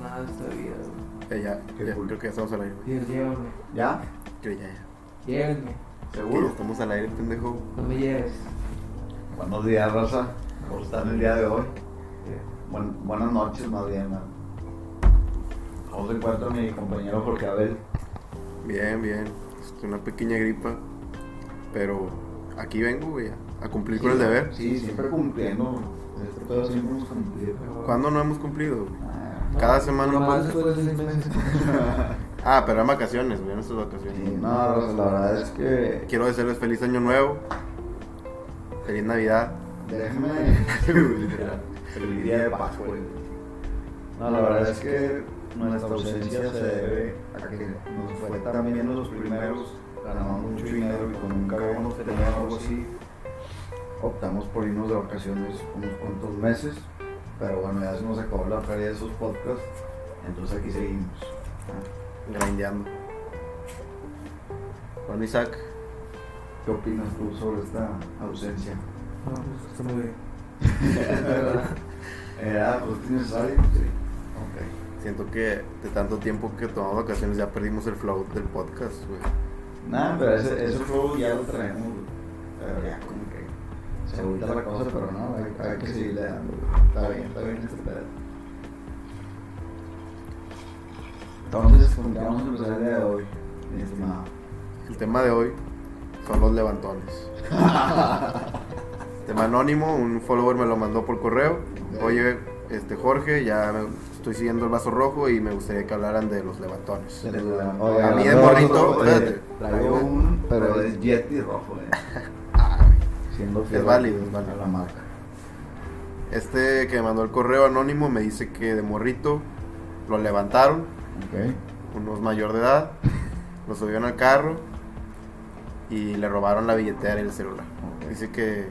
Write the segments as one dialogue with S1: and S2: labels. S1: nada de esta vida, güey.
S2: Ya, Eh, ya,
S3: Qué
S2: ya,
S3: cool.
S2: creo que ya estamos al aire, güey.
S1: Dios, llévame,
S3: ¿Ya?
S2: Creo ya, ya.
S1: llévenme,
S2: Que ya
S3: ¿Seguro?
S2: estamos al aire, pendejo.
S1: no me lleves.
S3: Buenos días, raza. ¿Cómo están el día de hoy? Buen- buenas noches, más bien. man. ¿Cómo se encuentra mi compañero Jorge Abel?
S2: Bien, bien. Este, Una pequeña gripa. Pero aquí vengo, güey, a- a cumplir con el deber.
S3: Sí, siempre cumpliendo. Este pedo siempre hemos cumplido.
S2: ¿Cuándo no hemos cumplido, güey?
S3: Ah,
S2: Cada semana un
S1: Nomás
S2: podcast.
S1: después de seis meses.
S2: Ah, pero en vacaciones, güey, en estas
S3: sí,
S2: vacaciones.
S3: no, raza, la verdad es que.
S2: Quiero desearles feliz año nuevo. Feliz Navidad.
S3: Déjame. el día de Pascua. No, la verdad es que nuestra ausencia se debe a que nos fue tan bien en los primeros, ganamos mucho dinero y como nunca habíamos tenido algo así, optamos por irnos de vacaciones unos cuantos meses, pero bueno, ya se nos acabó la feria de esos podcasts, entonces aquí seguimos.
S2: Grandeando. Juan Isaac.
S3: ¿Qué opinas tú sobre esta ausencia?
S1: No, pues está muy bien. La verdad.
S3: ¿Era pues, necesario? Sí. Ok.
S2: Siento que de tanto tiempo que tomamos vacaciones ya perdimos el flow del podcast, güey.
S3: Nada, pero ese, ese flow ya lo traemos, güey. Pero ya, como que se agüita la cosa, pero no, hay, hay que seguirle dando, güey. Está bien, está bien este pedo. Entonces, ¿con qué vamos a empezar el día de hoy? Mi estimado.
S2: El tema de hoy son los levantones. tema anónimo, un follower me lo mandó por correo. Oye, este Jorge, ya me- estoy siguiendo el vaso rojo y me gustaría que hablaran de los levantones.
S3: Oye,
S2: A mí de
S3: no,
S2: morrito,
S3: oye,
S2: espérate.
S3: eh, Traigo un, pero es Yeti rojo, eh. Siendo fiel
S2: Es válido, es válido.
S3: a la marca.
S2: Este que me mandó el correo anónimo me dice que de morrito lo levantaron,
S3: Ok.
S2: unos mayor de edad, lo subieron al carro y le robaron la billetera y el celular.
S3: Ok.
S2: Dice que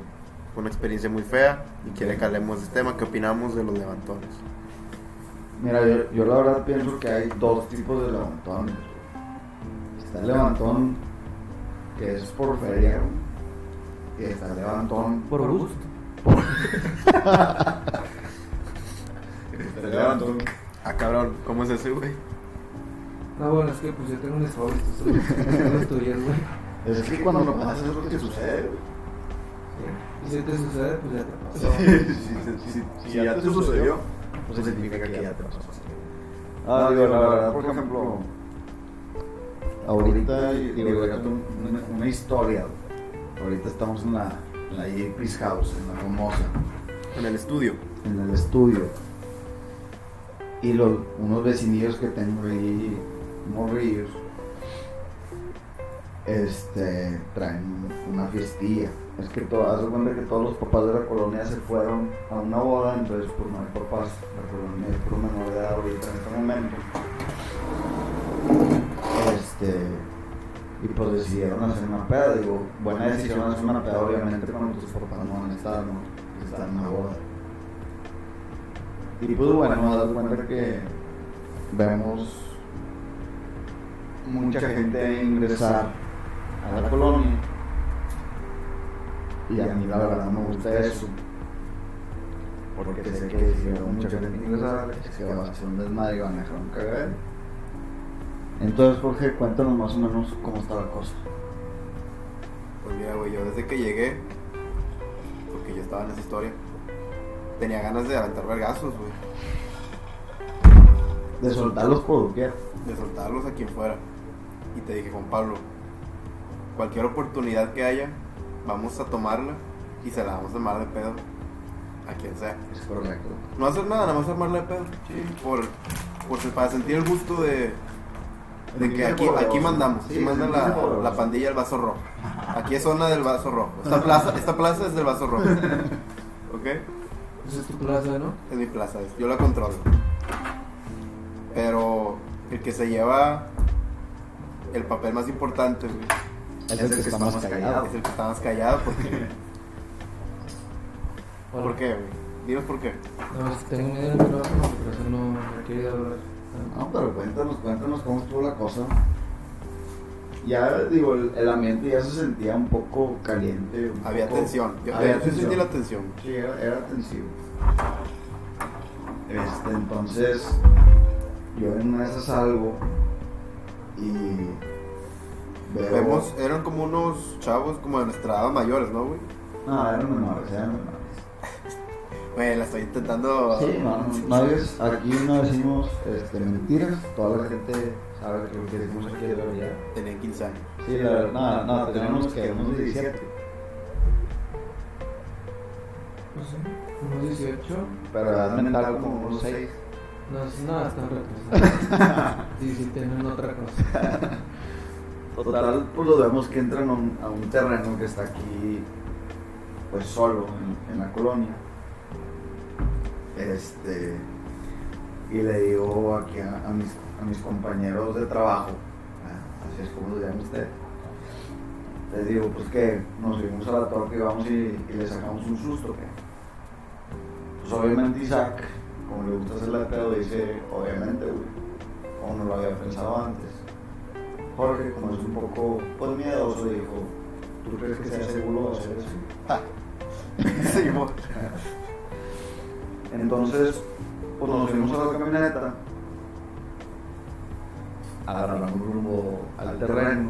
S2: fue una experiencia muy fea y quiere que hablemos de este tema. ¿Qué opinamos de los levantones?
S3: Mira, yo, yo la verdad pienso que hay dos tipos de levantones. Está el levantón que es por feria, güey, y está el levantón,
S1: Por gusto.
S3: está el levantón
S2: Ah, cabrón, ¿cómo es ese, güey?
S1: No, bueno, es que pues yo tengo mis favoritos, güey. Tengo los tuyos, güey.
S3: es que cuando no pasa es lo que sucede. güey.
S1: Y si te sucede, pues ya te pasó.
S3: Si, si- si- si ya te sucedió, pues significa que ya te pasó. Ah, digo, la verdad, por ejemplo, ahorita, digo, yo acá tengo una, una historia. güey. Ahorita estamos en la, en la JP's House, en la famosa.
S2: En el estudio.
S3: en el estudio. Y los, unos vecinillos que tengo ahí, morrillos, este, traen una fiestilla. Es que todo, haz de cuenta que todos los papás de la colonia se fueron a una boda, entonces por no hay papás, la colonia es por menor de edad ahorita en este momento. Este, y pues decidieron hacer una peda, digo, buena decisión hacer una peda, obviamente cuando tus papás no van a estar, ¿no? Están en una boda. Y pues bueno, nos damos cuenta que vemos mucha gente ingresar a la colonia. Y a mí la verdad no me gusta eso. Porque sé que si veo mucha gente ingresar, es que va a hacer un desmadre y van a dejar un cagadero. Entonces, Jorge, cuéntanos más o menos cómo está la cosa.
S2: Pues mira, güey, yo desde que llegué, porque yo estaba en esa historia, tenía ganas de aventar vergazos, güey,
S3: De soltarlos por doquier.
S2: de soltarlos a quien fuera. Y te dije, Juan Pablo, cualquier oportunidad que haya, vamos a tomarla y se la vamos a armar de pedo a quien sea.
S3: Es correcto.
S2: No hacer nada, nada más armarla de pedo, sí, por, por- para sentir el gusto de, de que aquí, aquí mandamos, aquí manda la, la pandilla del vaso rojo. Aquí es zona del vaso rojo. Esta plaza, esta plaza es del vaso rojo. ¿Ok?
S1: Pues es tu plaza, ¿no?
S2: Es mi plaza, es- yo la controlo. Pero el que se lleva el papel más importante güey,
S3: Es el que está más callado.
S2: es el que está más callado. Porque,
S1: Bueno,
S2: ¿Por qué? güey? Dinos por qué.
S1: No, es que tengo miedo del micrófono, por eso no, no he querido hablar.
S2: Ah.
S3: No, pero cuéntanos, cuéntanos cómo estuvo la cosa. Ya, digo, el, el ambiente ya se sentía un poco caliente. un
S2: Había
S3: poco-
S2: tensión. Yo,
S3: había
S2: yo
S3: tensión.
S2: sentí la tensión.
S3: Sí, era, era tensivo. Este, entonces, yo en una de esas salgo y veo...
S2: Vemos, eran como unos chavos como de nuestra edad mayores, ¿no, güey?
S3: No, eran menores, eran menores.
S2: Güey, la estoy intentando.
S3: Sí, no, no, nadie es- aquí no decimos este, mentiras, toda la gente sabe que lo que decimos aquí es la realidad.
S2: Tenían 15 años.
S3: Sí, la verdad, nada, nada, tenemos que unos 17,
S1: No sé, Pues, unos 18.
S3: pero la edad mental como unos 6.
S1: No, es- no, están retrasados. sí, sí, tienen otra cosa.
S3: Total, pues los vemos que entran a un, a un terreno que está aquí, pues solo, en, en la colonia. Este, y le digo aquí a, a mis, a mis compañeros de trabajo, ah, así es como lo llaman ustedes. Les digo, pues que nos subimos a la torre y vamos y, y le sacamos un susto. ¿qué? Pues obviamente Isaac, como le gusta hacer la pedo, dice, obviamente, güey, como no lo había pensado antes. Jorge, como es un poco pues, miedoso, dijo, ¿tú crees que sea seguro hacer eso?
S2: sí, güey.
S3: Entonces, pues nos fuimos a la camioneta, agarramos rumbo al terreno,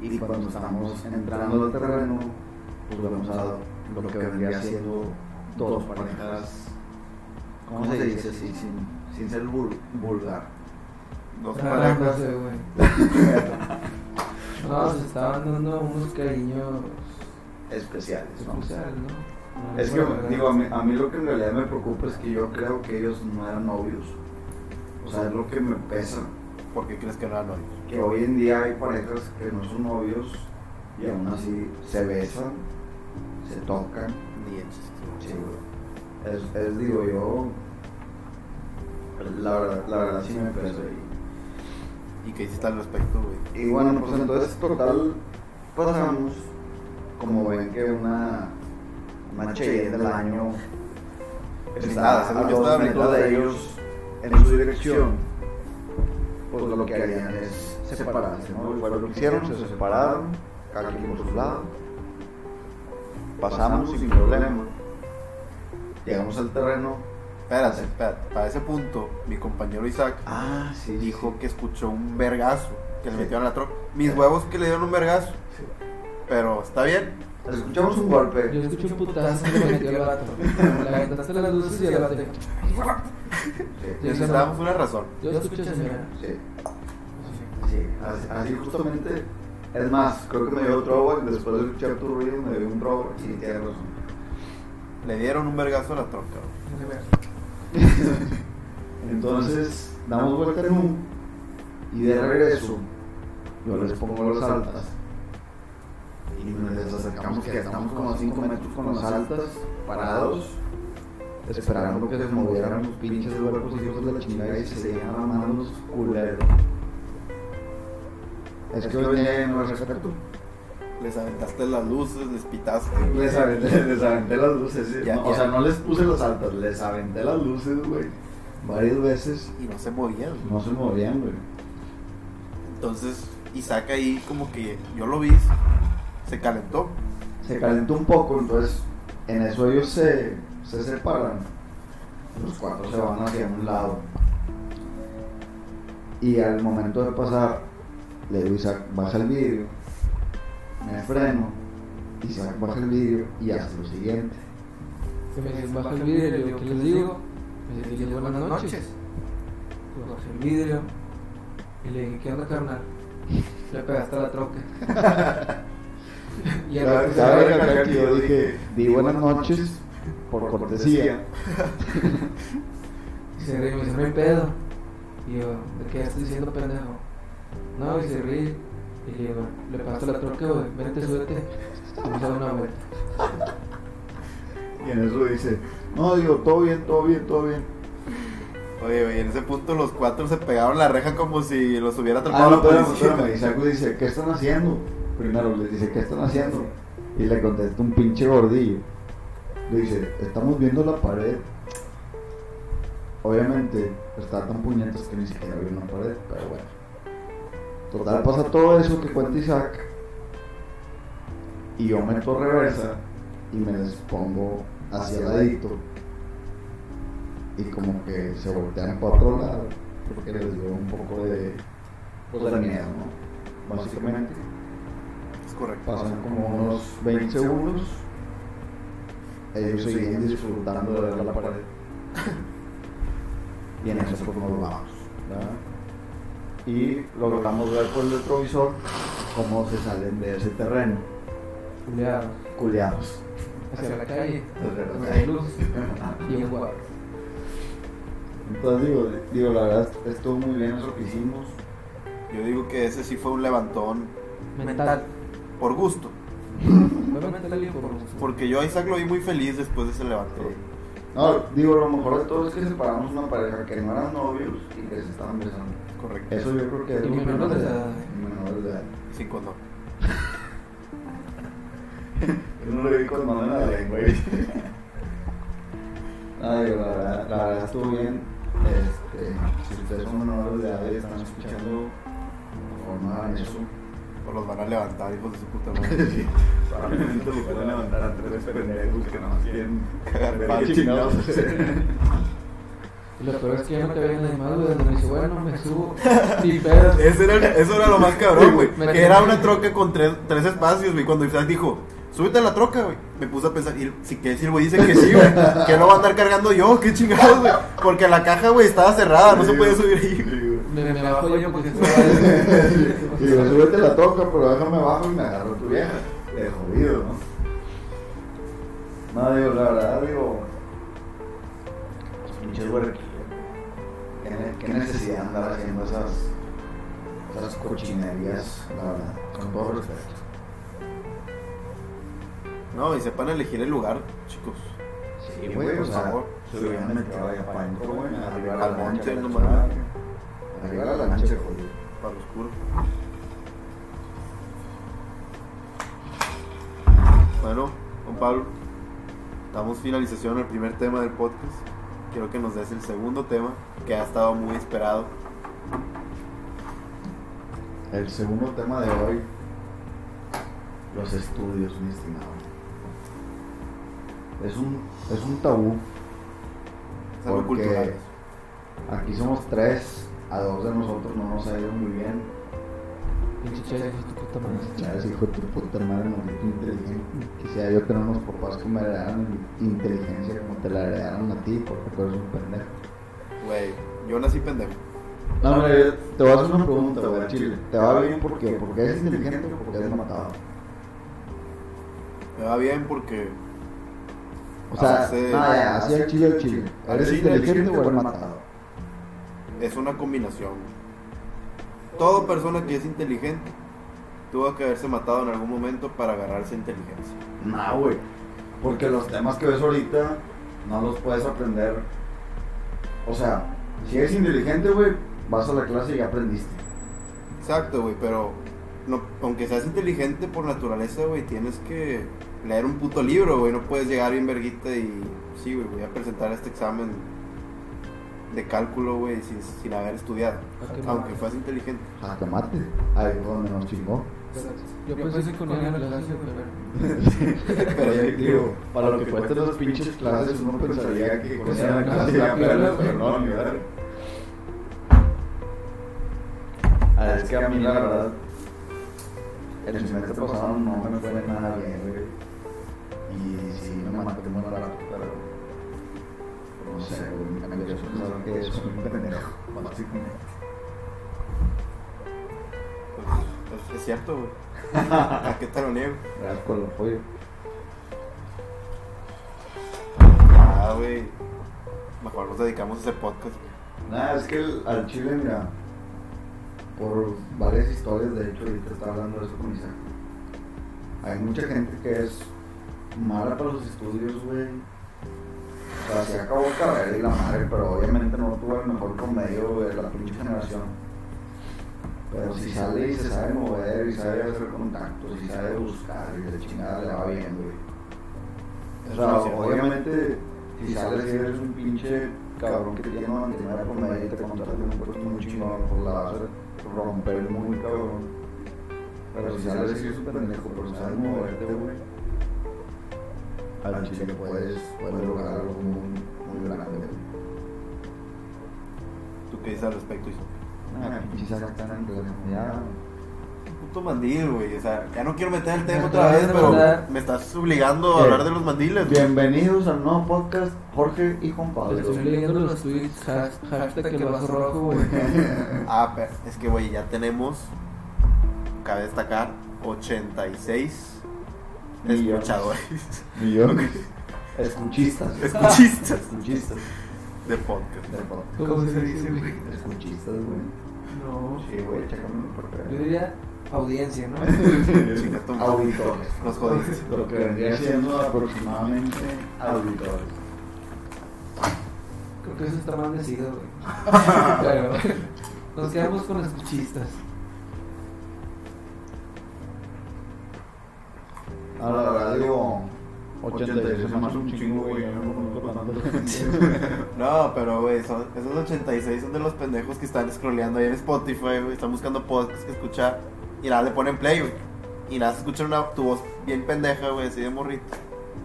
S3: y cuando estamos entrando al terreno, pues vemos a lo que vendría siendo dos parejas, ¿cómo se dice? así, sin, sin ser vul- vulgar.
S2: Dos
S1: Ah, no
S2: parejas.
S1: sé, güey. No, se estaban dando unos cariños
S3: Especiales, ¿no?
S1: especiales, ¿no? No,
S3: Es que,
S1: bueno, ¿verdad?
S3: digo, a mí, a mí lo que en realidad me preocupa es que yo creo que ellos no eran novios. O sea, es lo que me pesa.
S2: ¿Por qué crees que no eran novios?
S3: Que hoy en día hay parejas que no son novios y aún así se besan, se tocan.
S2: Ni en chiste, güey.
S3: Sí, güey. Es, es, digo yo, la verdad, la verdad sí me pesa. Y,
S2: ¿Y qué hiciste al respecto, güey?
S3: y bueno, pues entonces total pasamos, como ven que una, una Cheyenne del año
S2: Nada,
S3: está a
S2: según yo
S3: dos
S2: estaba
S3: metros
S2: brincando.
S3: de ellos en su dirección, pues lo que harían es separarse, ¿no? Y Fue lo que hicieron, se separaron, cada quien por su lado, pasamos sin problema, llegamos al terreno,
S2: Espérate, espérate. Para ese punto, mi compañero Isaac
S3: ah, sí,
S2: dijo que escuchó un vergazo que le
S3: Sí.
S2: metieron a la troca. Mis huevos que le dieron un vergazo.
S3: Sí.
S2: Pero está bien.
S3: escuchamos un golpe,
S1: Yo escuché un putazo que le metió el vato. Le aventaste las luces y el vato dijo,
S3: sí,
S1: Yo se-
S2: Necesitábamos una razón.
S1: Yo escuché, señora.
S3: sí, sí, así, así justamente, es más, creo que me dio throwback, después de escuchar tu ruido me dio un throwback, sí, tienes razón.
S2: Le dieron un vergazo a la troca. güey.
S3: Entonces, damos vuelta en un y de regreso yo les pongo las altas y nos les acercamos que estamos como a 5 metros con las altas, parados, esperando que se movieran los pinches cuerpos hijos de la chingada y se seguían armando los culeros. Es que hoy día no respeto.
S2: Les aventaste las luces, les pitaste.
S3: Les aventé, les aventé las luces, sí.
S2: Ya,
S3: No, o
S2: ya.
S3: sea, no les puse las altas, les aventé las luces, güey. Varias veces
S2: Y no se movían.
S3: no se movían, güey.
S2: Entonces, Isaac ahí como que yo lo vi. Se calentó.
S3: se calentó un poco, entonces en eso ellos se, se separan. Los cuatro se van hacia un lado. Y al momento de pasar, le digo, Isaac, baja el vidrio. Me freno. Isaac baja el vidrio y hace lo siguiente.
S1: Se me dice, baja el vidrio, le digo, ¿qué les digo? Me dice, diles buenas noches. Yo bajé el vidrio y le dije, ¿qué onda, carnal? Le pegaste a la troca. y el vato se
S3: Cabe
S1: abre.
S3: recalcar que yo dije, di buenas noches por cortesía.
S1: Y se ríe y me dice, no hay pedo. Y yo, ¿de qué estás diciendo, pendejo? No, y se ríe. Y le digo, le paso la troca, güey, vente, súbete. Y me da una vuelta.
S3: Y en eso dice, no, digo, todo bien, todo bien, todo bien.
S2: Oye, güey, en ese punto los cuatro se pegaron la reja como si los hubiera atrapado
S3: Ah, no,
S2: la
S3: espérame,
S2: policía.
S3: espérame. Isaac le dice, ¿qué están haciendo? Primero le dice, ¿qué están haciendo? Y le contesta un pinche gordillo. Le dice, estamos viendo la pared. Obviamente, está tan puñetas que ni siquiera vio una pared, pero bueno. Total, pasa todo eso que cuenta Isaac. Y yo meto reversa y me les pongo hacia el ladito. y como que se voltean para otro lado porque les dio un poco de, pues, de miedo, ¿no? Básicamente.
S2: Es correcto.
S3: Pasan como unos 20 segundos, ellos seguían disfrutando de ver la pared. y en eso pues nos vamos, ¿verdad? Y logramos ver por el retrovisor cómo se salen de ese terreno,
S1: Culeados.
S3: culiados.
S1: Hacia la calle.
S3: Hacia la
S1: donde
S3: calle.
S1: hay luz. Y un guarro.
S3: Entonces digo, digo, la verdad estuvo muy bien eso que hicimos.
S2: Yo digo que ese sí fue un levantón
S1: Mental.
S2: por gusto.
S1: Fue mental y por gusto.
S2: Porque yo a Isaac lo vi muy feliz después de ese levantón.
S3: No, digo, lo mejor de todo es que separamos una pareja que no eran novios y que se estaban besando.
S2: Correcto.
S3: Eso yo creo que es
S1: Y
S3: lo
S1: menores
S3: primero
S1: de
S3: de-
S1: edad.
S3: menores de edad.
S2: Sin condón.
S3: Yo no lo vi con mano en la lengua. Ay, la verdad, la verdad estuvo bien. Este, si ustedes son menores de edad y están escuchando, por no hagan eso.
S2: O los van a levantar, hijos de su puta madre.
S3: Probablemente lo pueden levantar a tres pendejos que no quieren
S2: Cagar
S3: ver
S2: palo.
S3: qué chingados hacer.
S1: Y lo peor es que yo no te veía en el maduro donde me dice, bueno, me subo. Sin pedos.
S2: Ese era, eso era lo más cabrón, güey.
S1: Me-
S2: Que era una troca con tres, tres espacios, güey. Cuando Isaac dijo, súbete a la troca, güey. Me puse a pensar, y si que decir, güey, dice que sí, güey. Que no va a andar cargando yo, qué chingados, güey. Porque la caja, güey, estaba cerrada, Ah, no se podía subir ahí.
S1: Me, me bajo yo porque estaba.
S3: Y yo súbete la toca, pero déjame abajo y me agarro tu vieja. De jodido, ¿no? No, digo, la verdad, digo. Pues pinche huerquillo. ¿Qué, ne- qué necesidad de andar haciendo esas. esas cochinerías, la verdad. Con todo respeto.
S2: No, y sepan elegir el lugar, chicos.
S3: Sí, güey, o sea, se hubieran metido allá para adentro, güey. Arriba
S2: Al
S3: de la
S2: monte,
S3: lancha.
S2: no
S3: chingada.
S2: mames.
S3: Arriba de la lancha, jodido.
S2: Para lo oscuro. Bueno, don Pablo, damos finalización al primer tema del podcast. Quiero que nos des el segundo tema, que ha estado muy esperado.
S3: El segundo tema de hoy, los estudios, mi estimado. Es un, es un tabú.
S2: Es algo
S3: Porque-
S2: cultural.
S3: Aquí somos tres, a dos de nosotros no nos ha ido muy bien.
S1: Pinche chévere, hijo de tu puta madre.
S3: Chávez, hijo de tu puta madre, maldito inteligente. Quisiera yo tener unos papás que me heredaran mi inteligencia como te la heredaron a ti, porque tú eres un pendejo.
S2: Güey, yo nací pendejo.
S3: No, mira, yo te voy a hacer una pregunta, güey, al Chile. ¿Te va bien por qué? ¿Porque eres inteligente o porque eres matado?
S2: Me va bien porque
S3: O sea,
S2: Ah, sí.
S3: nada, ya, así al chile al chile. ¿Eres inteligente o eres matado?
S2: es una combinación. Toda persona que es inteligente tuvo que haberse matado en algún momento para agarrarse inteligencia.
S3: No, güey. Porque los temas que ves ahorita no los puedes aprender. O sea, si eres inteligente, güey, vas a la clase y ya aprendiste.
S2: Exacto, güey, pero no- aunque seas inteligente por naturaleza, güey, tienes que leer un puto libro, güey, no puedes llegar bien verguita y sí, güey, voy a presentar este examen de cálculo, güey, sin, sin haber estudiado,
S1: Ah, qué
S2: aunque
S1: mal.
S2: fueras inteligente.
S3: Jaque mate. Ahí fue donde nos chingó.
S1: Yo pensé que con él era la clase, pero.
S2: Pero ya
S3: digo, para lo que cuestan las pinches clases, uno pensaría que con esa era la clase ya aprendes, pero no, ni verga. Ah, Es que a mí, la verdad, el semestre pasado no me fue nada bien, güey. Y sí, no me maté muy barato, pero. No sé, güey, me empezó a pensar que pues, soy un pendejo, básicamente.
S2: pues, es, es cierto, güey. ¿A qué te lo niego?
S3: Gracias por el apoyo.
S2: Ah, güey. Mejor nos dedicamos a ese podcast.
S3: Nada, es que el- al chile, mira, por varias historias, de hecho, ahorita está hablando de eso con Isaac. Hay mucha gente que es mala para los estudios, güey. O sea, se acabó carrera y la madre, pero obviamente no tuvo el mejor promedio de la pinche generación. Pero si sale y se sabe mover, y sabe hacer contactos, y sabe buscar, y de chingada le va bien, güey. O sea, obviamente, si sales y eres un pinche cabrón que tiene 99 por medio y te contratan en un puesto muy chingón, pues la vas a romper muy cabrón. Pero si sales y eres un pendejo, pero sabes moverte, güey. Al chile puedes, puedes lograr algo muy, muy grande, güey.
S2: ¿Qué dice al respecto, hijo?
S4: Ah, pinche Isaac tan endemoniado.
S2: Puto mandil, güey. O sea, ya no quiero meter el tema
S1: Ya,
S2: otra
S1: ya
S2: vez,
S1: de
S2: pero
S1: verdad.
S2: me estás obligando a
S4: Bien.
S2: hablar de los mandiles. güey.
S4: Bienvenidos al nuevo podcast Jorge y Juan Pablo.
S1: Estoy leyendo los tweets, has- hashtag el vaso rojo, güey.
S2: Ah, pero es que, güey, ya tenemos, cabe destacar, 86
S4: Millones.
S2: escuchadores,
S4: Millón. Escuchistas.
S2: escuchistas
S4: Escuchistas.
S2: de podcast.
S4: Del podcast.
S1: ¿Cómo se dice, güey?
S4: Escuchistas, güey.
S1: No.
S4: Sí, güey, chécame porque.
S1: Yo diría audiencia, ¿no?
S2: Chinga tu madre.
S4: Auditores.
S2: Nos jodiste.
S4: Lo que vendría siendo aproximadamente auditores.
S1: Creo que eso está mal decidido, güey. Pero nos quedamos con los cuchistas.
S4: A Ah, la verdad, digo. 86 es más un chingo, güey. Yo no conozco tanto.
S2: No, pero, güey, son- esos 86 son de los pendejos que están scrolleando ahí en Spotify, güey. Están buscando podcasts que escuchar y nada, le ponen play, güey. Y nada, se escucha una, tu voz bien pendeja, güey, así de morrito.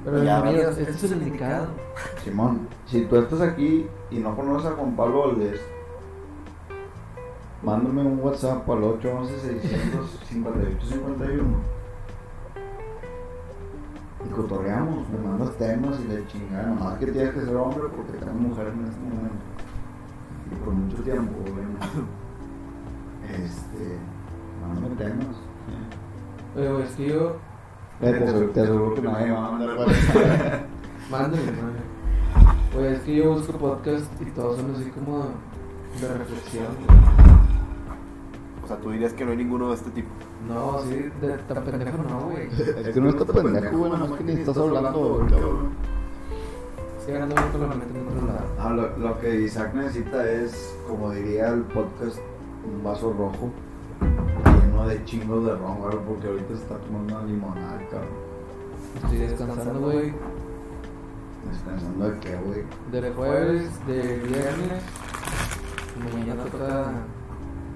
S1: Pero
S2: Ya,
S1: amigos, este es el indicado.
S4: Simón, si tú estás aquí y no conoces a Juan Pablo Valdés, mándame un WhatsApp al 811-658-51 y cotorreamos. Me mandas temas y le chingada. Nomás que tienes que ser hombre porque tengo mujeres en este momento y por mucho tiempo, obviamente. Este, mándame temas.
S1: Oye, güey, es que yo.
S4: Te aseguro- te aseguro que nadie va a mandar WhatsApp.
S1: Mándame, madre. Oye, es que yo busco podcast y todos son así como de reflexión, güey.
S2: O sea, tú dirías que no hay ninguno de este tipo.
S1: No, sí, de tan pendejo no, güey.
S4: Es que no está pendejo, güey, nada más que ni estás hablando ahorita, güey.
S1: Estoy ganando mucho la mente en otro lado.
S4: Ah, lo, lo que Isaac necesita es, como diría el podcast, un vaso rojo lleno de chingos de ron, güey, porque ahorita se está tomando una limonada, cabrón.
S1: Estoy descansando, güey.
S4: Descansando de qué, güey.
S1: Del jueves, del viernes. y Mañana toca.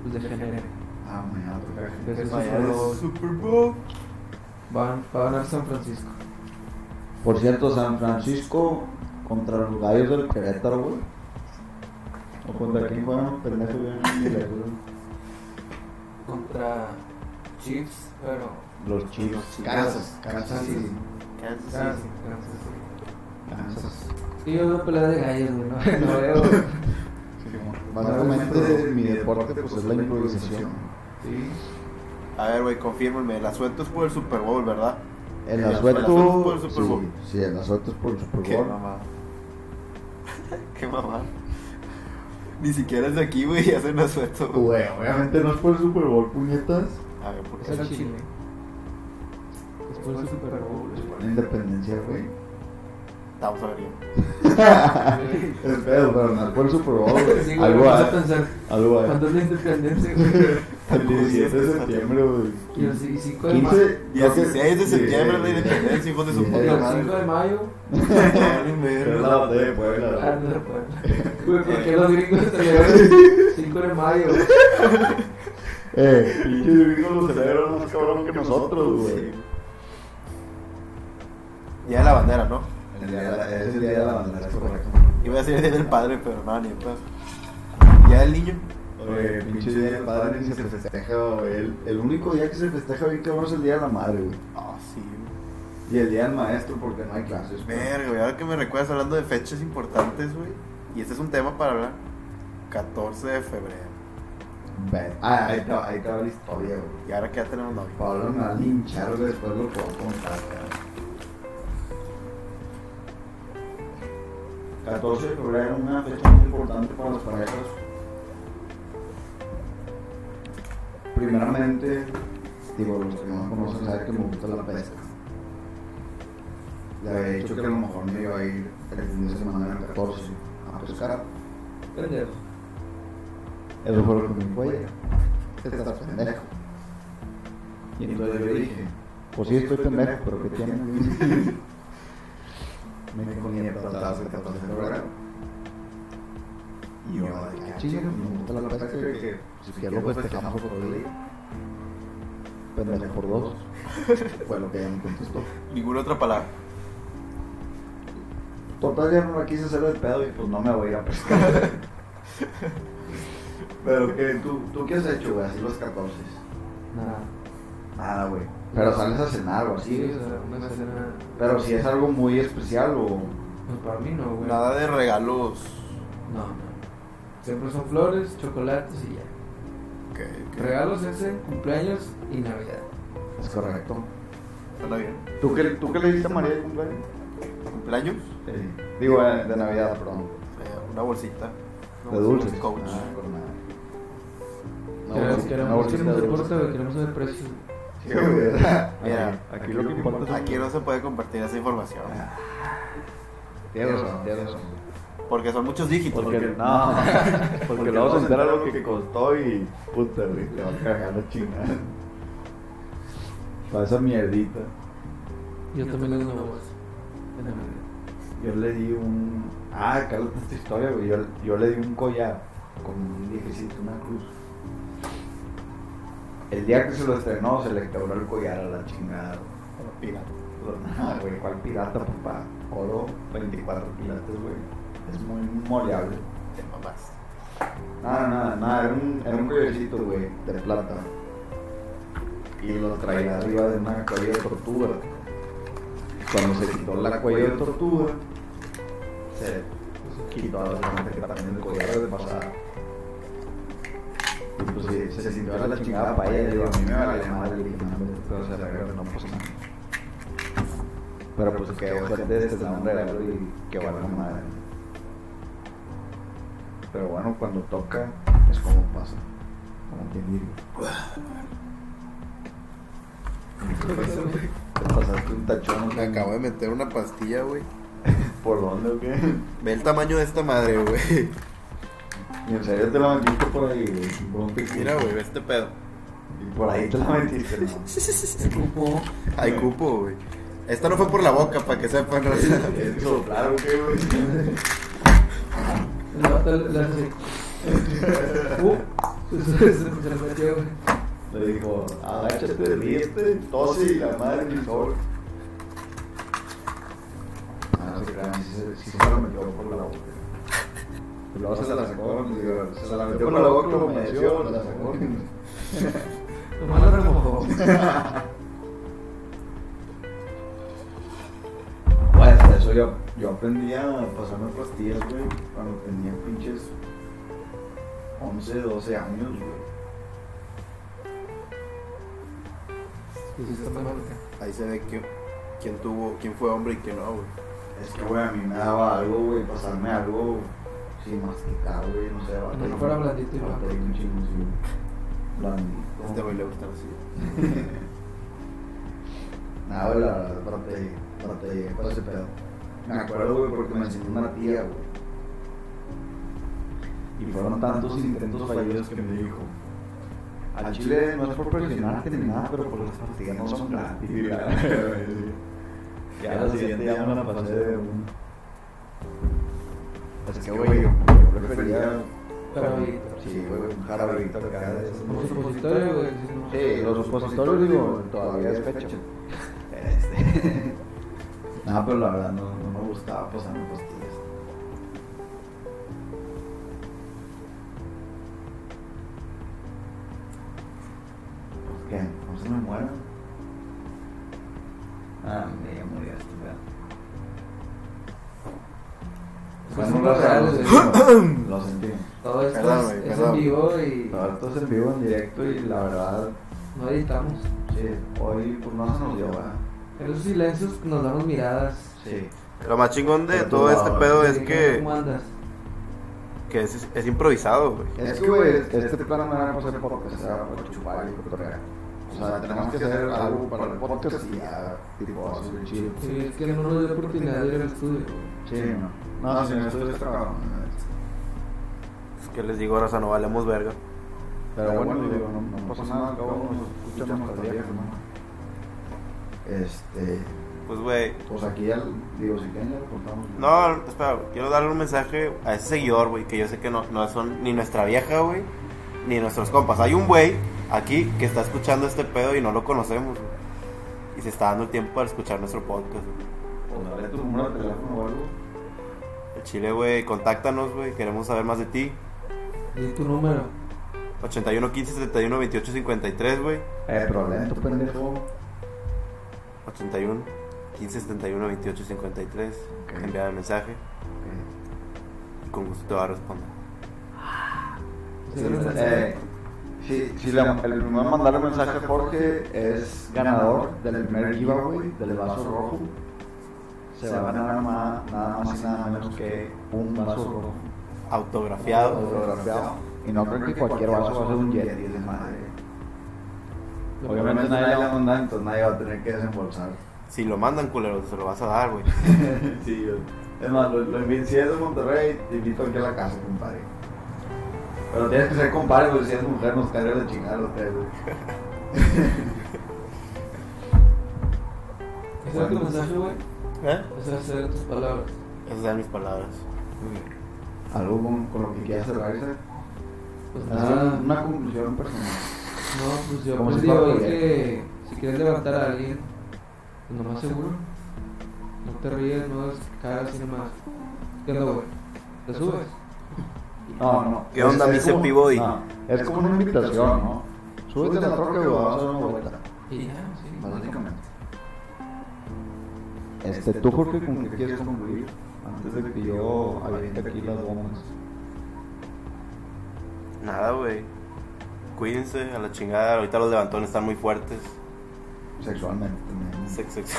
S1: Pues de género.
S4: Ah, mañana toca gente.
S1: Eso
S2: Vaya,
S1: es
S2: es
S1: lo-
S2: Super Bowl.
S1: Van, va a ganar San Francisco.
S4: Por cierto, San Francisco contra los gallos del Querétaro, güey. ¿O contra quién juegan? Pendejo, güey.
S1: Contra Chiefs, pero.
S4: Los chinos. Casas. Casas
S2: Kansas
S4: y...
S2: City.
S4: Ah.
S1: Kansas, Kansas, sí.
S4: Casas.
S1: Es que Ah, yo veo pelea de gallos, güey, no, no veo.
S4: Básicamente, mi deporte, pues, es la improvisación.
S1: Sí.
S2: A ver, güey, confírmenme. El asueto es por el Super Bowl, ¿verdad?
S4: El
S2: El asueto es por
S4: asueto.
S2: el Super Bowl.
S4: Sí, sí, el asueto es por el Super
S2: Qué
S4: Bowl.
S2: mamá. Qué mamá. Ni siquiera es de aquí, güey, y hacen asueto. güey.
S4: Güey, obviamente no es por el Super Bowl, puñetas.
S2: A ver, ¿por
S1: Es
S2: qué?
S1: el Chile. Después del Super Bowl.
S4: Es por la independencia, güey.
S2: Vamos a ver bien.
S1: güey.
S4: Es pedo, pero no es por el Super Bowl, güey.
S1: Sí, güey,
S4: algo
S1: vamos a
S4: hay.
S1: pensar.
S4: Algo hay.
S1: ¿Cuándo es la independencia, güey?
S4: El 17 de septiembre, güey.
S1: Y el 5 de mayo.
S4: 15,
S2: 16 de septiembre, la independencia, hijos de su
S1: Y
S2: puta
S1: el
S2: madre.
S1: 5 de mayo.
S2: Vale,
S4: Pero
S2: verga.
S4: es la batalla de
S1: Ah,
S4: Puebla.
S1: no lo puedo. Güey, ¿por qué los gringos celebran el 5 de mayo?
S4: Eh, pinches gringos lo celebran más cabrón que nosotros, güey.
S2: Día de la bandera, ¿no?
S4: El día de la- Es el día de la bandera, es correcto.
S2: Iba a decir el día del padre, pero no, ni en pedo. Día del niño.
S4: Oye, Eh, pinche día del padre ni se festeja, güey. El, el único día que se festeja bien cabrón es el día de la madre, güey.
S2: Ah, sí, güey.
S4: Y el día del maestro porque no hay clases. güey.
S2: Verga, güey. Ahora que me recuerdas hablando de fechas importantes, güey. Y este es un tema para hablar. 14 de febrero.
S4: Ver- Ah, ahí te, ahí te va la historia, güey.
S2: Y ahora que ya tenemos novio.
S4: Pablo me va a linchar, güey, después lo puedo contar, güey. 14 de febrero era una fecha muy importante para las parejas. Primeramente, digo, los que no me conocen saben que me gusta la pesca. Le había dicho que a lo mejor me iba a ir el fin de semana del 14 a pescar.
S1: Pendejo.
S4: Eso fue lo que me fue. Estás pendejo. Y entonces yo le dije, pues sí estoy pendejo, pero ¿qué tiene? me dijo, ni tratabas de 14 de febrero. Y yo, de que chile, me gusta la pesca, que pues, que si quiero lo festejamos por el día. Pendejo por dos. Fue lo que ella me contestó.
S2: Ninguna otra palabra.
S4: Total, ya no la quise hacer de pedo y pues no me voy a pescar. Pero que tú, tú qué has hecho, güey, así los 14.
S1: Nada.
S4: Nada, güey. Pero sales a cenar o así.
S1: Sí,
S4: güey.
S1: o sea, una cena.
S4: Pero si es algo muy especial o.
S1: Pues para mí no, güey.
S2: Nada de regalos.
S1: No, no. Siempre son flores, chocolates y ya.
S2: Ok, ok.
S1: Regalos ese, cumpleaños y Navidad.
S4: Es correcto.
S2: Está bien.
S4: ¿Tú qué, tú qué le diste a María de cumpleaños?
S2: ¿Cumpleaños?
S4: Sí. Digo, eh, de Navidad, perdón.
S2: Eh, una bolsita. Una
S4: De
S2: bolsita
S4: dulces.
S2: Coach.
S4: Ah, con madre. Una
S1: Queremos-
S4: bolsita-
S1: Queremos queremos
S4: una bolsita de
S1: el
S4: dulces.
S1: porte, güey, queremos saber precios.
S4: Sí, güey.
S2: Mira,
S4: aquí lo que importa es-
S2: Aquí no se puede compartir esa información.
S4: Tienes razón, tienes razón.
S2: Porque son muchos dígitos.
S3: Porque,
S2: Porque,
S3: no, porque
S4: Porque
S3: luego se
S4: vamos a
S3: entera
S4: entrar
S3: lo que costó y puta, güey,
S4: Te va a cagar la chingada. Para esa mierdita.
S1: Yo también le doy una bolsa. de Navidad.
S4: Yo le di un. Ah, Carlos, esta historia, güey. Yo, yo le di un collar con un dijecito, una cruz. El día que se lo estrenó, se le quebró el collar a la chingada. Pirata. Nada, güey, ¿cuál pirata, papá? Oro, 24 piratas, güey. Es muy moleable.
S2: Te mamaste.
S4: Nada, nada, nada, era un, era un collarcito, güey, de plata. Y lo traía arriba de una cuello de tortuga. Cuando se quitó la cuello de tortuga, se quitó a la gente que también el collar de pasada. Y pues sí, se sintió a la chingada para ella, y digo, a mí me vale madre, le dije, no, hombre, pero se arregla, no pasa nada. Pero pues que ojete de este nombre regalo y que valga madre. Pero bueno, cuando toca, es como pasa. Como quien digo. Te pasaste un tachón.
S2: Me acabo de meter una pastilla, güey.
S4: ¿Por dónde o qué?
S2: Ve el tamaño de esta madre, güey.
S4: Y en serio te la metiste por ahí, güey. Por un piquito.
S2: Mira, güey, ve este pedo.
S4: Y por ahí te la metiste, ¿no?
S1: El cupo.
S2: Hay cupo, güey. Esta no fue por la boca, para que sepan, raza.
S4: Es que soplar, ¿o qué, güey?
S1: El vato le hace así. Uh, se- se- se le metió, güey.
S4: Le dijo, agáchate, ríete, tose y la madre del sol. Ah, no se crean, sí se- sí se la metió por la boca. Y Luego se la sacó, digo, se la metió por la boca, lo humedeció, la sacó.
S1: Nomás lo remojó.
S4: Bueno, hasta eso yo, yo aprendí a pasarme pastillas, güey, cuando tenía pinches 11, 12 años, güey.
S1: Y sí, está mal, güey.
S2: Ahí se ve que, quién tuvo, quién fue hombre y quién no, güey.
S4: Es que, güey, a mí me daba algo, güey, pasarme algo sin masticar, güey, no sé. batallé
S1: no fuera
S4: un-
S1: blandito y
S4: batallé
S1: blanco.
S4: un chingo, sí, güey. Blandito.
S2: Este güey le gusta así.
S4: Nada, güey, la verdad, batallé, batallé con ese pedo. Me acuerdo, güey, porque me enseñó una tía, güey. Y fueron tantos intentos fallidos que me dijo, al Chile no es por presionarte ni nada, pero por las pastillas no son gratis. güey". Y a la siguiente ya me la pasé de un... Es que, güey, yo yo prefería...
S1: Pero, güey,
S4: Sí, güey, un jarabito acá de esos.
S1: como supositorio, güey. sí, no.
S4: Sí, los opositores, digo, todavía es fecha. Este. no, pero la verdad no, no me gustaba pues, pasarme pastillas. ¿Por Pues, qué? ¿No se me muera? Ah, me ya morí hasta ¿verdad?
S1: Pues
S4: Bueno,
S1: son
S4: lo
S1: reales,
S4: sentimos, Lo sentimos.
S1: Todo esto
S2: Perdón,
S1: es-
S2: güey,
S1: es en
S2: perdón.
S1: vivo y
S4: Ahora todo es en vivo, en directo y la verdad,
S1: no editamos.
S4: sí, hoy pues no se nos dio, ¿verdad?
S1: En esos silencios nos damos miradas.
S4: Sí.
S2: Lo más chingón de todo este pedo es
S1: Sí,
S2: que,
S1: ¿Cómo andas?
S2: que es, es improvisado, güey.
S4: Es que, güey, este plan no era para hacer podcast, era para chupar y cotorrear. O sea, tenemos que hacer algo para el podcast y ya, tipo, hacer un chido.
S1: Sí, es que no nos dio oportunidad de ir al estudio.
S4: Sí, no. No, si no estoy cabrón.
S2: Es que les digo, raza, no valemos verga.
S4: Pero bueno, digo, no, no pasa nada, acabamos, nos escuchamos hasta el hermano. Este,
S2: Pues, güey.
S4: pues aquí ya, digo, si quieren ya lo contamos.
S2: No, espera, güey. quiero darle un mensaje a ese seguidor, güey, que yo sé que no, no son ni nuestra vieja, güey, ni nuestros compas. Hay un güey aquí que está escuchando este pedo y no lo conocemos, güey. Y se está dando el tiempo para escuchar nuestro podcast, güey.
S4: O darle Pues tu número de teléfono o algo.
S2: El chile, güey, contáctanos, güey, queremos saber más de ti.
S1: Di tu número.
S2: 81 15 71 28 53, güey.
S4: Eh, pero lento, pendejo.
S2: 81 15 71 28 53.
S4: Ok.
S2: Enviar el mensaje.
S4: Ok.
S2: y Con gusto te va a responder.
S1: Sí,
S4: Eh, si si la- el primero en mandar un mensaje a Jorge es ganador del primer giveaway del vaso rojo, se va a ganar ma- nada más y nada menos que un vaso rojo.
S2: Autografiado.
S4: autografiado. Y no creo que cualquier vaso va a ser un Yeti de madre.
S1: Lo
S4: Obviamente
S1: ponemos-
S4: nadie le va a mandar, entonces nadie va a tener que desembolsar.
S2: Si lo mandan, culero, se lo vas a dar, güey.
S4: sí, yo- es más, lo, lo invito, si es de Monterrey, te invito aquí a la casa, compadre. Pero tienes que ser compadre, porque si eres mujer nos carga la chingada los tres, güey.
S1: Ese era tu mensaje, güey.
S2: ¿Eh?
S1: Esas eran tus palabras.
S2: Esas eran mis palabras.
S4: Algo con, con lo que quieras cerrar, Isaac.
S1: Pues
S4: Hacer
S1: nada.
S4: una conclusión personal.
S1: No, pues yo
S4: Ah, Como si
S1: aprendí
S4: fuera
S1: hoy
S4: Miguel.
S1: que si quieres levantar a alguien, pues nomás seguro. No te ríes, no es cara así nomás. ¿Qué onda, güey? ¿Te subes?
S4: No, no.
S2: ¿Qué onda, mi
S4: como-
S2: Cepibody?
S4: no, Es como una invitación, ¿no? Súbete a la troca y vamos a dar una vuelta.
S1: Y ya, sí.
S4: Básicamente. Este, ¿tú, Jorge, con qué quieres concluir? Antes de que yo aviente aquí las bombas.
S2: Nada, güey. Cuídense a la chingada. Ahorita los levantones están muy fuertes.
S4: Sexualmente también.
S2: Sex, sex.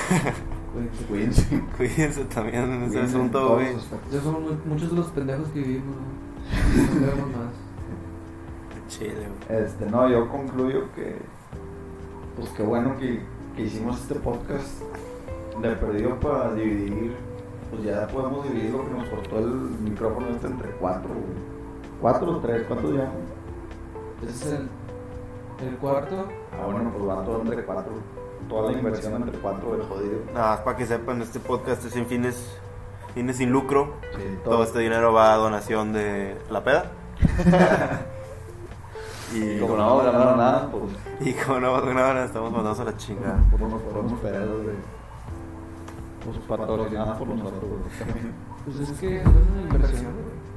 S1: Cuídense.
S4: Cuídense.
S2: Cuídense también en ese
S4: Cuídense en
S2: asunto,
S4: todos
S2: güey.
S4: los aspectos.
S1: Ya son mu- muchos de los pendejos que vivimos, güey. No vemos más.
S2: Chile, güey.
S4: Este, no, yo concluyo que. Pues qué bueno que, que hicimos este podcast de perdido para dividir. Pues ya podemos dividir lo que nos cortó el micrófono este entre cuatro, güey. ¿Cuatro o tres? ¿Cuántos ya?
S1: Ese es el, el cuarto.
S4: Ah, bueno, pues va todo entre cuatro. Toda la inversión entre cuatro del jodido.
S2: Nada más para que sepan, este podcast es sin fines, fines sin lucro.
S4: Sí,
S2: Todo este dinero va a donación de la peda. y,
S4: Y como no vamos a ganar nada, pues
S2: y como no vamos a ganar nada, estamos mandando a la chingada.
S4: por nos podemos esperar de. Pues patrocinadas por nosotros, güey.
S1: Pues es que es una inversión, güey.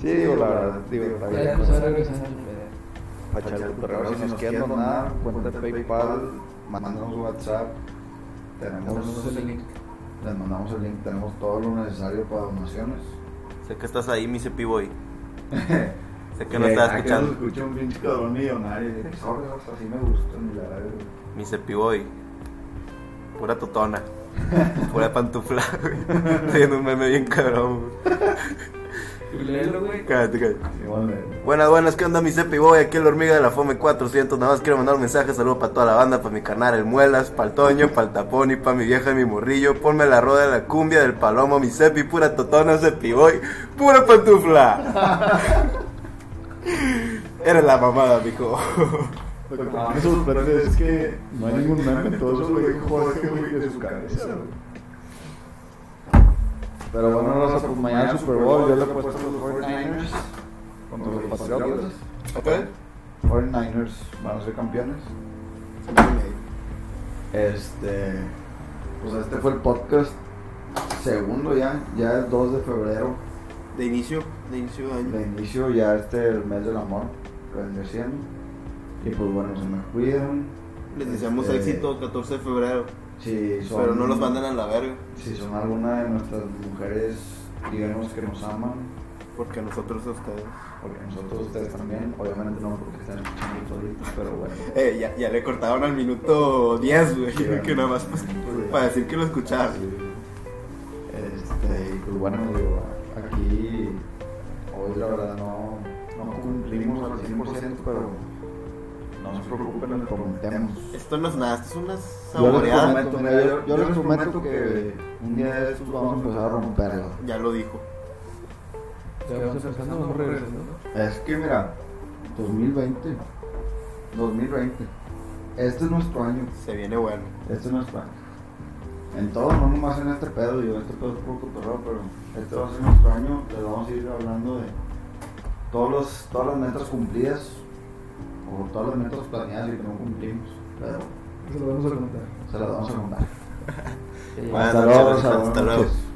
S4: Sí, digo, la verdad, digo, está
S1: Ya
S4: bien.
S1: nos va regresando el pedo.
S4: Pachal, pero ahora si nos quieren donar, cuenta de PayPal, mandamos WhatsApp, tenemos,
S1: Tenemos el link.
S4: les mandamos el link, tenemos todo lo necesario para donaciones.
S2: Sé que estás ahí, mi cepiboy. Sé que
S4: Y
S2: no
S4: acá
S2: estás
S4: ah, que
S2: escuchando.
S4: nos escucha un pinche cabrón millonario. y dice, "Sorry, o sea, así me gustan, y la verdad, güey".
S2: Mi cepiboy. Pura totona. Pura pantufla, güey. Estoy viendo un meme bien cabrón, güey.
S1: Y léelo, güey.
S2: Cállate, cállate.
S4: Sí, vale.
S2: Buenas, buenas, ¿qué onda mi Cepi Boy? Aquí el hormiga de la Fome 400. Nada más quiero mandar un mensaje, saludo para toda la banda, para mi carnal el Muelas, para el Toño, para el Tapón y para mi vieja y mi morrillo. Ponme la roda de la cumbia del palomo, mi Cepi, pura totona, Cepi Boy, pura pantufla. Eres la mamada, mijo.
S4: Lo que más me sorprende es que no hay ningún meme, todo eso lo dijo Jorge, güey, de su cabeza, güey. Pero bueno, Rosa, pues mañana Super Bowl, yo le he puesto a los 49ers contra los Patriotas.
S2: ¿Eh?
S4: 49ers van a ser campeones. Este, pues este fue el podcast segundo ya, ya es 2 de febrero,
S2: De inicio, de inicio de
S4: de inicio ya este el mes del amor, recién. Y pues bueno, se me cuidan.
S2: Les deseamos
S4: Este,
S2: éxito 14 de febrero,
S4: Si son,
S2: pero no los manden a la verga,
S4: Si son alguna de nuestras mujeres, digamos que nos aman,
S2: porque nosotros a ustedes.
S4: porque nosotros ustedes también, obviamente no porque están escuchando esto ahorita, pero bueno.
S2: Eh, ya, ya le cortaron al minuto 10, güey,
S4: Sí,
S2: que nada más pues,
S4: sí.
S2: para decir que lo escuchaba.
S4: pues, Este, y pues bueno, digo, aquí hoy la verdad no, no cumplimos al 100%, pero no se preocupen, lo prometemos.
S2: Esto no es nada, esto es una
S4: Yo les
S2: saboreada.
S4: prometo, mira, pues, yo, yo les prometo que un día de estos vamos a empezar a romperlo.
S2: Ya lo dijo.
S1: Ya vamos empezando, vamos regresando.
S4: Es que mira, 2020, 2020, este es nuestro año.
S2: Se viene bueno.
S4: Este no es plan. En todo, no nomás en este pedo, yo este pedo es poco perro, pero este va a ser nuestro año, les vamos a ir hablando de todos los, todas las metas cumplidas, o todas las metas planeadas y que no cumplimos, pero
S1: Se lo vamos a contar.
S4: se las vamos a contar.
S1: Sí.
S2: Buenas noches, hasta luego.